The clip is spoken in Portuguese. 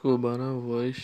cubana voz